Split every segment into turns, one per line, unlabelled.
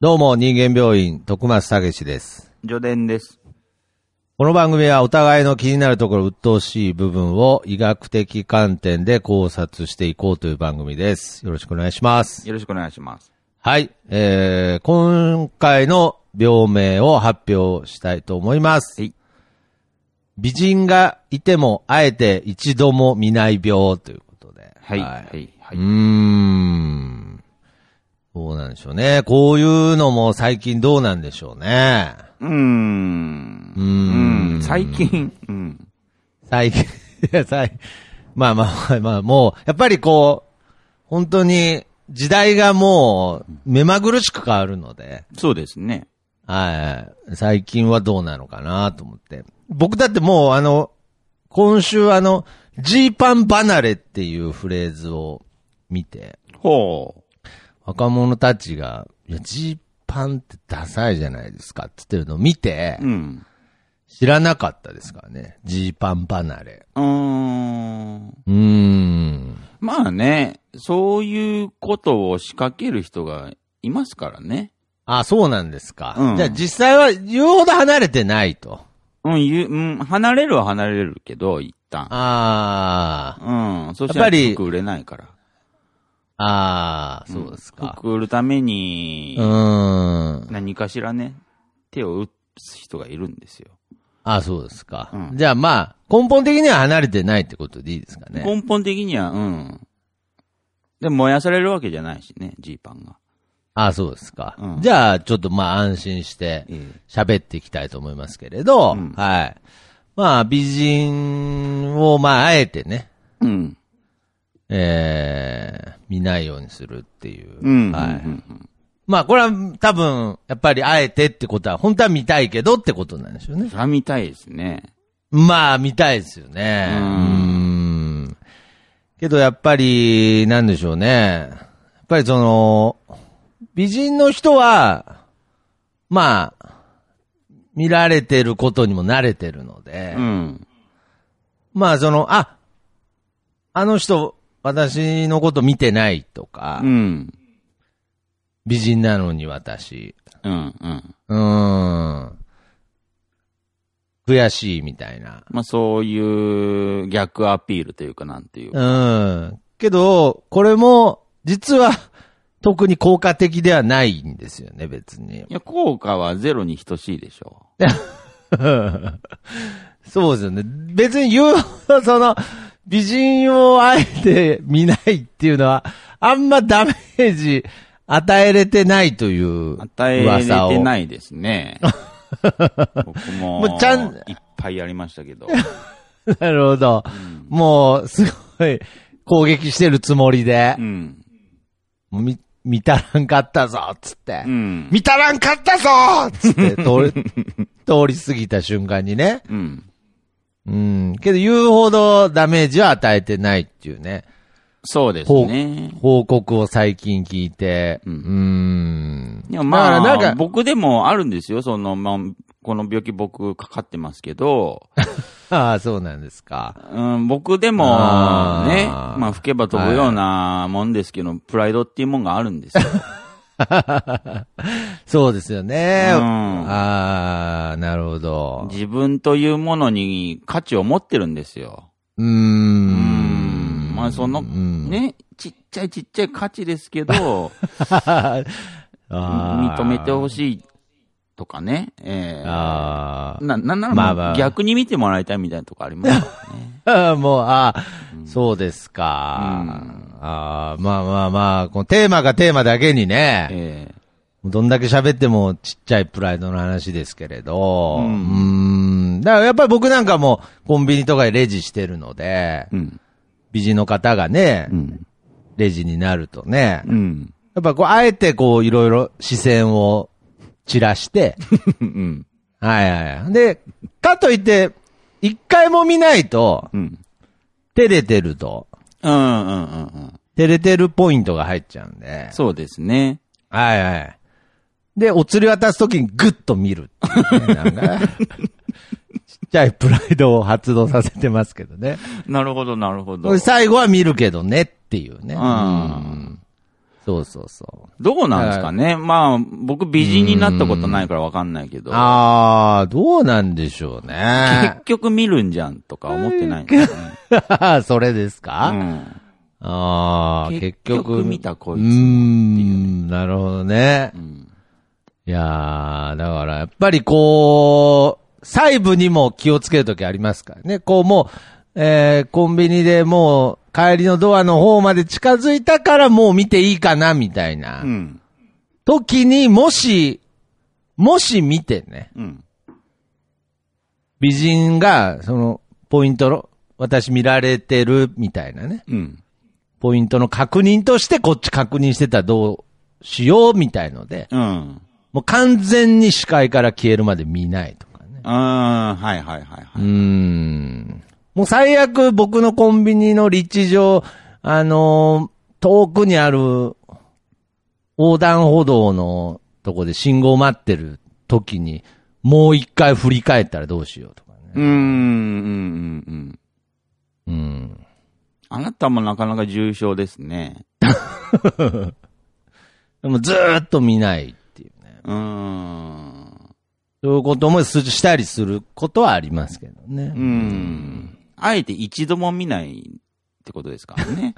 どうも、人間病院、徳松たけしです。
助伝です。
この番組はお互いの気になるところ、鬱陶しい部分を医学的観点で考察していこうという番組です。よろしくお願いします。
よろしくお願いします。
はい。えー、今回の病名を発表したいと思います。
はい
美人がいても、あえて一度も見ない病ということで。
はい。はい。は
うー
い。
ん。どうなんでしょうね。こういうのも最近どうなんでしょうね。
うーん。
うー。
うんん。最近、うん。
最近、いや、最、まあまあまあまあ、もう、やっぱりこう、本当に時代がもう目まぐるしく変わるので、
そうですね。
はい。最近はどうなのかなと思って。僕だってもうあの、今週あの、ジーパン離れっていうフレーズを見て、
ほう。
若者たちが、いや、ジーパンってダサいじゃないですかって言ってるのを見て
う、ん。
知らなかったですからね。ジーパン離れ。
うーん。
うーん。
まあね、そういうことを仕掛ける人がいますからね。
あ、そうなんですか。
うん
じゃあ実際は言うほど離れてないと。
うん、ゆうん、離れるは離れるけど、一旦。
あ
うん。そし
や
た
っぱ
ら
り
服売れないから。
あ、ああ、そうですか。
服売るため
うー
に、
ん。
何かしらね、手を打つ人がいるんですよ。
あそうですか。
うん
じゃあまあ、根本的には離れてないってことでいいですかね。
根本的には、うん。でも燃やされるわけじゃないしね、ジーパンが。
あそうですか。
うん
じゃあ、ちょっとまあ安心して、
え
喋っていきたいと思いますけれど、
うん
はい。まあ、美人を、まあ、あえてね、
うん。
えー、見ないようにするっていう。
うん。
は
う
い。
んうん
まあ、これは多分、やっぱりあえてってことは、本当は見たいけどってことなんでしょうね
そ。れは見たいですね。
まあ、見たいですよね。う
うん
ん。けど、やっぱり、なんでしょうね。やっぱりその、美人の人は、まあ、見られてることにも慣れてるので、
うん。
まあ、その、あ、あの人、私のこと見てないとか、
うん。
美人なのに私、
うん。うん。
うーん、悔しいみたいな。
まあそういう逆アピールというかなんていうか。
うん。けど、これも、実は、 特に効果的ではないんですよね、別に。
いや、効果はゼロに等しいでしょ
そうですよね。別に言うほど、その、美人をあえて見ないっていうのは、あんまダメージ与えれてないという噂を。
う。与えれてないですね。僕も、
もうちゃん
いっぱいやりましたけ ど。
なるほど。もう、すごい、攻撃してるつもりで
う、ん。
もうみ見たらんかったぞっつって。
うん。
見たらんかったぞっつって通り、通り過ぎた瞬間にね。
うん。
うん。けど言うほどダメージは与えてないっていうね。
そうですね。
報告を最近聞いて。う。
うんん
ん
いや、まあ、
だ
なん
からな
か
んか、
僕でもあるんですよ。その、まあ、この病気僕かかってます けど、
ああ、そうなんですか。
うん、僕でも
あ、ー
ね、まあ、吹けば飛ぶようなもんですけど、プライドっていうもんがある んですよ。
そうですよね。
うん
ああ、なるほど。
自分というものに価値を持ってるんですよ。
うー
うん。
ん。
まあ、その、
うん
ね、ちっちゃいちっちゃい価値ですけど、
あー
認めてほしいとかね、ええ
あー
な、なんなら、
まあまあ
逆に見てもらいたいみたいなとこあ りますからね。
あー。もう、ああ、そうですか。
うん
ああ、まあまあまあ、このテーマがテーマだけにね。
ええ
どんだけ喋ってもちっちゃいプライドの話ですけれど、う、
うん
ん。だからやっぱり僕なんかもコンビニとかでレジしてるので、
うん。
美人の方がね
う、ん。
レジになるとね、
うん。
やっぱこう、あえてこう、いろいろ視線を散らして、
うん。
はいはいはい。で、かといって、一回も見ないと、
うん。
照れてると、
うんうんうんうん。
照れてるポイントが入っちゃうんで、
そうですね。
はいはい。で、お釣り渡すときにグッと見るっていうね、なんかちっちゃいプライドを発動させてますけどね。
なるほど、なるほど。
これ最後は見るけどねっていうね。
うん
うんそうそうそ
どうなんですかね。まあ、僕美人になったことないからわかんないけ
う。
ど、
ああ、どうなんでしょうね
結。局見るんじゃんとか思ってないんですか ね。
それです
う
か、
ん
ああ、結
結
局。
局見たこいうつ
ー、
もっていうん
なるほどね
う。ん。
いやー、だからやっぱりこう、細部にも気をつけるときありますからね。こうもう、えー、コンビニでもう帰りのドアの方まで近づいたからもう見ていいかなみたいな。
うん。
時にもし、もし見てね、
うん。
美人がそのポイントの、私見られてるみたいなね。
うん。
ポイントの確認としてこっち確認してたらどうしようみたいので、
うん。
もう完全に視界から消えるまで見ないとかね。
あーはいはいはいうは
ー
い。
ん。もう最悪僕のコンビニの立地上、あのー遠くにある横断歩道のとこで信号待ってる時に、もう一回振り返ったらどうしようとかね。
うん、うん、うん、うん。
うん。
あなたもなかなか重症ですね。
でもずーっと見ないっていうね。
うーん。
そういうこともすしたりすることはありますけどね。
うん。あえて一度も見ないってことですからね。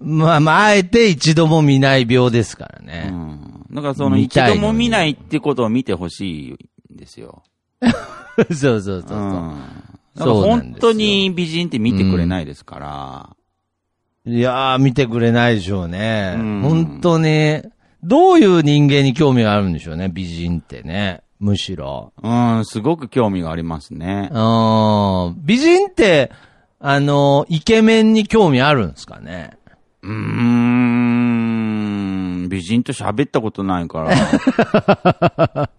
まあまあ、あえて一度も見ない病ですから
う
ね。
ん。だからその
見
一
たいの
度
に
も見ないってことを見てほしいんですよ。
そうそうそう
う
そう。
ん。だから
そうなんですよ
本当に美人って見てくれないですから。
いやー、見てくれないでしょうね。
うん
本当に。どういう人間に興味があるんでしょうね、美人ってね。むしろ。
うん、すごく興味がありますね
う。ーん。美人って、あの、イケメンに興味あるんですかね。
うーん、美人と喋ったことな いから。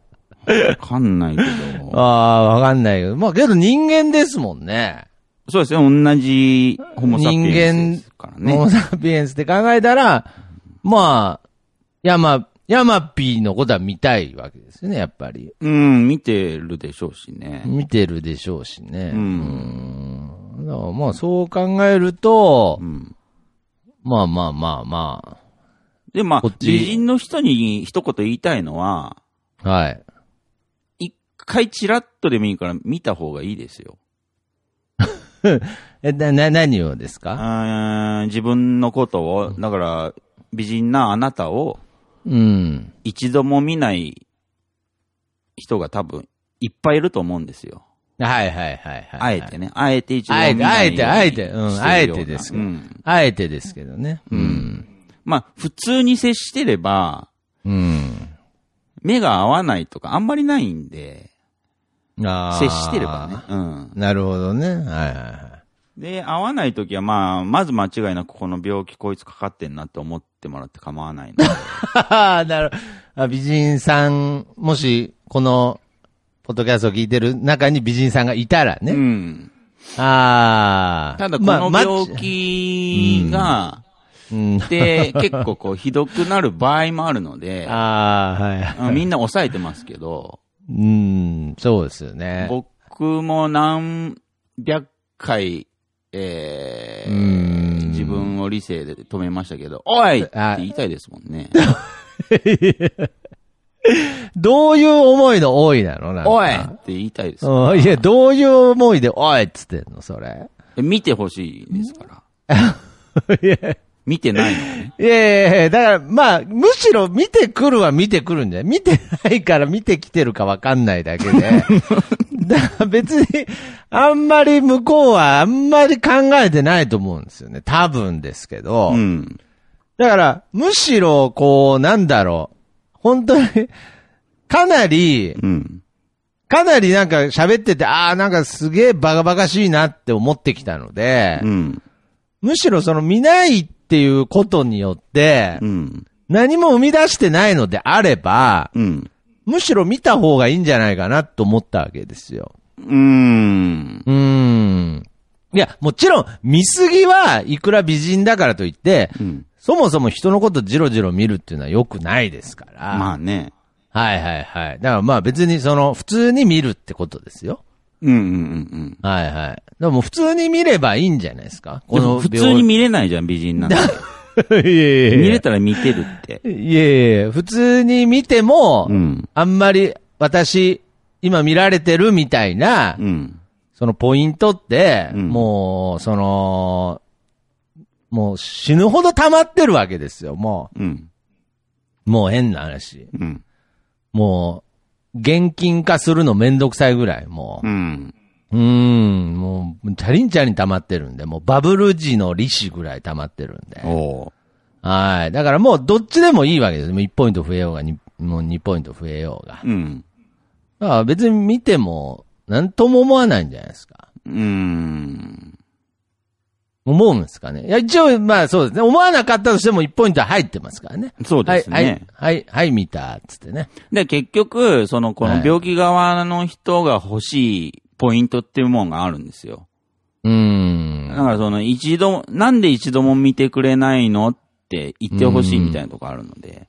わかんないけ
あ
ど。
あ、わかんないけど。まあ、けど人間ですもんね。
そうですね、同じホモサピエンスですから
モ
ね
ノ。サピエンスって考えたら、まあ、ヤマ、ヤマピーのことは見たいわけですよね、やっぱり。
うん、見てるでしょうしね。
見てるでしょうしね。
うん
うんだからまあ、そう考えると
う、ん。
まあまあまあま
で、ま
こ
あ
っ、ち
美人の人に一言言いたいのは、
あ。はい。
一回チラッとでもいいから見た方がいいですよ。
え、な、な、何をですか
あー自分のことを、だから、美人なあなたを
うん。
一度も見ない人が多分いっぱいいると思うんですよ。
はいはいはいはい。
あえてね。あえて一度も
あえ
見
て、
な
あ
い
え
ように
て、あえて、うん、あえ
してるような
ですけど。
うん
あえてですけどね。うん。
まあ、普通に接してれば、
うん。
目が合わないとかあんまりないんで、
あー
接してればね。うん。
なるほどね。はい はいは
で、会わないときは、まあ、まず間違いなくこの病気こいつかかってんなって思ってもらって構わないの で。
い。ははなるあ美人さん、もし、この、ポッドキャストを聞いてる中に美人さんがいたらね。
うん。
ああ。
ただ、こ
まあ
の
ま
病気が、
うん。
で、結構こう、ひどくなる場合もあるので、
ああ、はい。
あみんな抑えてますけど、
うん、そうですよね。
僕も何百回、えー
うん
自分を理性で止めましたけど、おいって言いたいですもんね。
どういう思いの多いなのなんか
おいって言いたいです。
うんいや、どういう思いで、おいっつってんの、それ。
見てほしいですから。 見てないのはね。
いやいやいや、だから、まあ、むしろ見てくるは見てくるんじゃない見てないから見てきてるかわかんないだけ で。だから別に、あんまり向こうはあんまり考えてないと思うんですよね。多分ですけど。
うん。
だから、むしろ、こう、なんだろう。本当に、かなり、
うん。
かなりなんか喋ってて、ああ、なんかすげえバカバカしいなって思ってきたので、
うん。
むしろその見ないっていうことによって
う、ん。
何も生み出してないのであれば、
うん。
むしろ見た方がいいんじゃないかなと思ったわけですよ。
うん。
うーん。いや、もちろん、見すぎはいくら美人だからといって、
うん
そもそも人のことジロジロ見るっていうのは良くないですから。
まあね。
はいはいはい。だからまあ別にその、普通に見るってことですよ。
うんうんうん
はいはい。でも普通に見ればいいんじゃないですか
う
こ
ん。
の
普通に見れないじゃん、美人なんて。
いやいやいや
見れたら見てるって。
いやいや普通に見ても、
うん。
あんまり私、今見られてるみたいな、
うん。
そのポイントって、
うん
もう、その、もう死ぬほど溜まってるわけですよ、も
うん。
う。もう変な話。
うん。
もう、現金化するのめんどくさいぐらい、も
うん。
う。うーん、もう、チャリンチャリン溜まってるんで、もうバブル時の利子ぐらい溜まってるんで。
おう
はい。だからもうどっちでもいいわけです。もう1ポイント増えようが、にもう2ポイント増えようが。
うん。
だから別に見ても、なんとも思わないんじゃないですか。
うん。
思うんですかね。いや、一応、まあそうですね。思わなかったとしても1ポイントは入ってますからね。
そうですね。
はい、はい、はい、はい、見た、つってね。
で、結局、その、この病気側の人が欲しいポイントっていうもんがあるんですよ。
うーん。
だからその、一度、なんで一度も見てくれないのって言ってほしいみたいなとこあるので、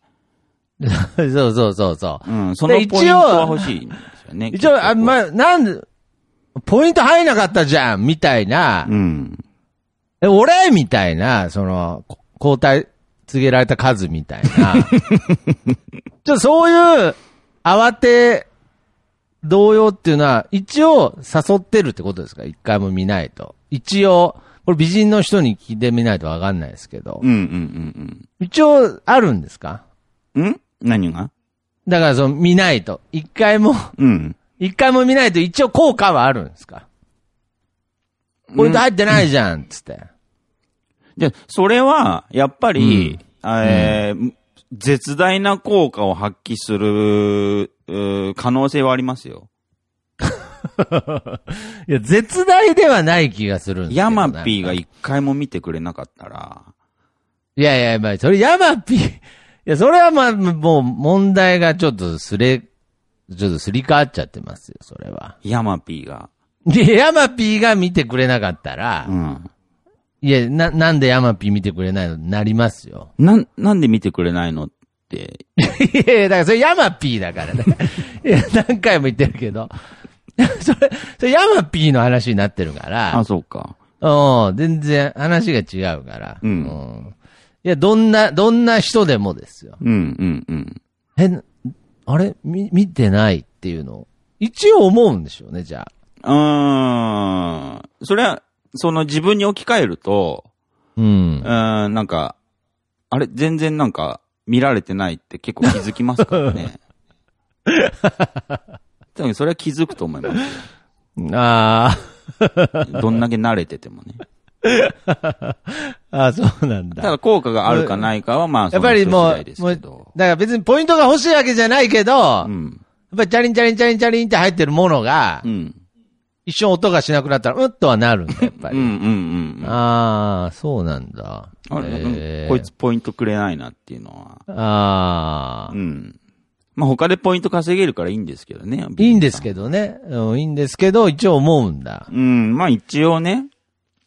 そうそうそうそう。
うん、そのポイントは欲しいんですよね。
一応、あ、
あ、
まあ、なんで、ポイント入んなかったじゃん、みたいな
う、ん。
え、俺みたいな、その、こ交代告げられた数みたい な。ちょ、そういう、慌て、動揺っていうのは、一応誘ってるってことですか一回も見ないと。一応、これ美人の人に聞いてみないとわかんないですけど
う。ん、うん、
一応、あるんですか
うん、うん。ん何が
だから、その、見ないと。一回も、
うん。
一回も見ないと一応効果はあるんですかポイント入ってないじゃん、つって。
で、それは、やっぱり、えー絶大な効果を発揮する、うー可能性はありますよ。
いや、絶大ではない気がするんですけど
ヤマピーが
い
一回も見てくれなかったら、
やいや、まあ、それヤマピ ー、いや、それはまあ、もう問題がちょっとすれ、ちょっとすり替わっちゃってますよ、それは。
ヤマピーが。
いや、ヤマピーが見てくれなかったら
う、ん。
いや、な、なんでヤマピー見てくれないのなりますよ。
なん、なんで見てくれないのって。
いやいや、だからそれヤマピーだからね。 いや、何回も言ってるけど。 それ、それヤマピーの話になってるから
あ、、そうか。
うん、全然話が違うから。
うん
んいや、どんな、どんな人でもですよ。
うん、うん、うん。
え、あれみ、見てないっていうのを一応思うんでしょうね、じゃあ。
うーん。それは、その自分に置き換えると、
うん
う。ーん、なんか、あれ、全然なんか、見られてないって結構気づきますから ね。多分それは気づくと思います
あ
よ。どんだけ慣れててもね。
あ、ああ、そうなん
た
だ。
だ効果があるかないかは、まあ、
やっぱりも
その人次第で
う、
す
もう、
け
だか
ど。
ら別にポイントが欲しいわけじゃないけど、
う
やっ
ん。
ぱりチャリンチャリンチャリンチャリンって入ってるものが、
うん。
一瞬音がしなくなったら、うんとはなるんだ、やっぱ
うん
り。
うんうんうん。
ああ、そうなんだ。
あれ、
へえ
こいつポイントくれないなっていうのは。
ああ
う。ん。まあ、他でポイント稼げるからいいんですけどね。
いいんです
ど。
けどね。うん、いいんですけど、一応思うんだ。
うん、まあ一応ね。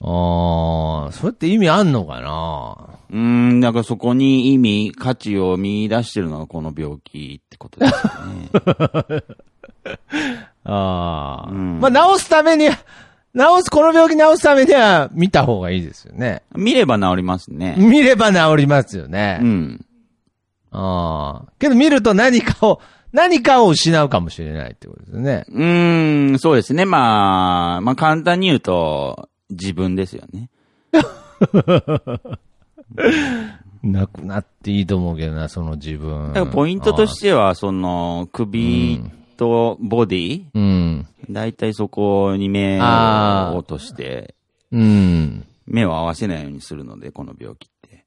ああ、それって意味あんのかな
うん、なんかそこに意味、価値を見出してるのがこの病気ってことです よね。
ああ、
うん
まあ、治すために、治す、この病気治すためには見た方がいいですよね。
見れば治りますね。
見れば治りますよね。
うん。
ああ。けど見ると何かを、何かを失うかもしれないってことですよね。
うーん、そうですね。まあ、まあ簡単に言うと、自分ですよね。
なくなっていいと思うけどな、その自分。
だからポイントとしては、その、首とボディ、
ああうん。
だいたいそこに目
あー
を落として、
うん。
目を合わせないようにするので、この病気って。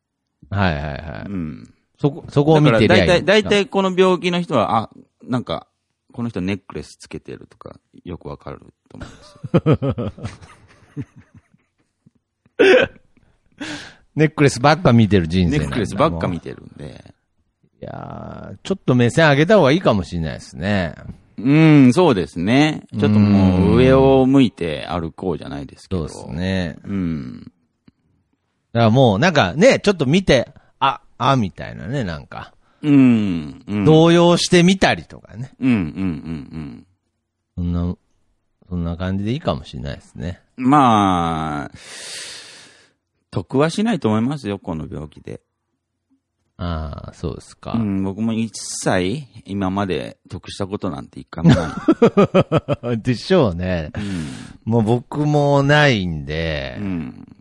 はいはいは
う
い。
ん。
そこ、そこを見て
だ
り
か
ゃ
ら、
いい
大体、
んです
大
か。
体この病気の人は、あ、なんか、この人ネックレスつけてるとか、よくわかると思うんですよ。
ネックレスばっか見てる人生
ネ
なんだ
ックレスばっ
も
か
う
見てるんで。
いやーちょっと目線上げた方がいいかもしれないですね。
うん、そうですね。ちょっとも
うん
う、上を向いて歩こうじゃないですけ
そう
ど。
です。ね。
うん。
だからもうなんかね、ちょっと見て、あ、あ、みたいなね、なんか。
うん。うん。
動揺してみたりとかね。
うん、うん、うん、
そんな、そんな感じでいいかもしれないですね。
うん。まあ、得はしないと思いますよ、この病気で。
ああ、そうですか。
うん、僕も一切今まで得したことなんて一回もない。
でしょうね。もう僕もないんで
う、 ん、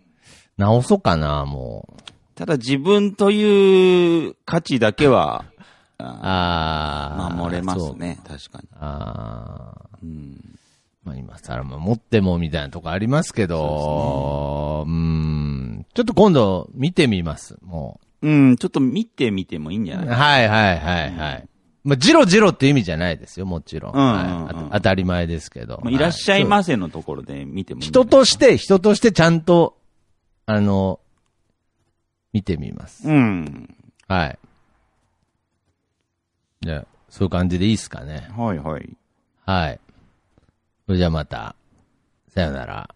直そうかな、もう。
ただ自分という価値だけは、あ
ああ。
守れま
そ
す
う。
ね、確かに。
ああ。
うん、
まあ今更も持ってもみたいなとこありますけど、う,、ん。ちょっと今度見てみます、も
うん、ちょっと見てみてもいいんじ
う。
ゃない
はいはいはいはい。まあ、ジロジロって意味じゃないですよ、もちろん。
うんうんうん
はいあと当たり前ですけど。
まあいらっしゃい
は
ませのところで見てもいいんじ
人
ゃない
として、人としてちゃんと、あの、見てみます。
うん。
はい。じゃあ、そういう感じでいいっすかね。
はいはい。
はい。それじゃあまた、さよなら。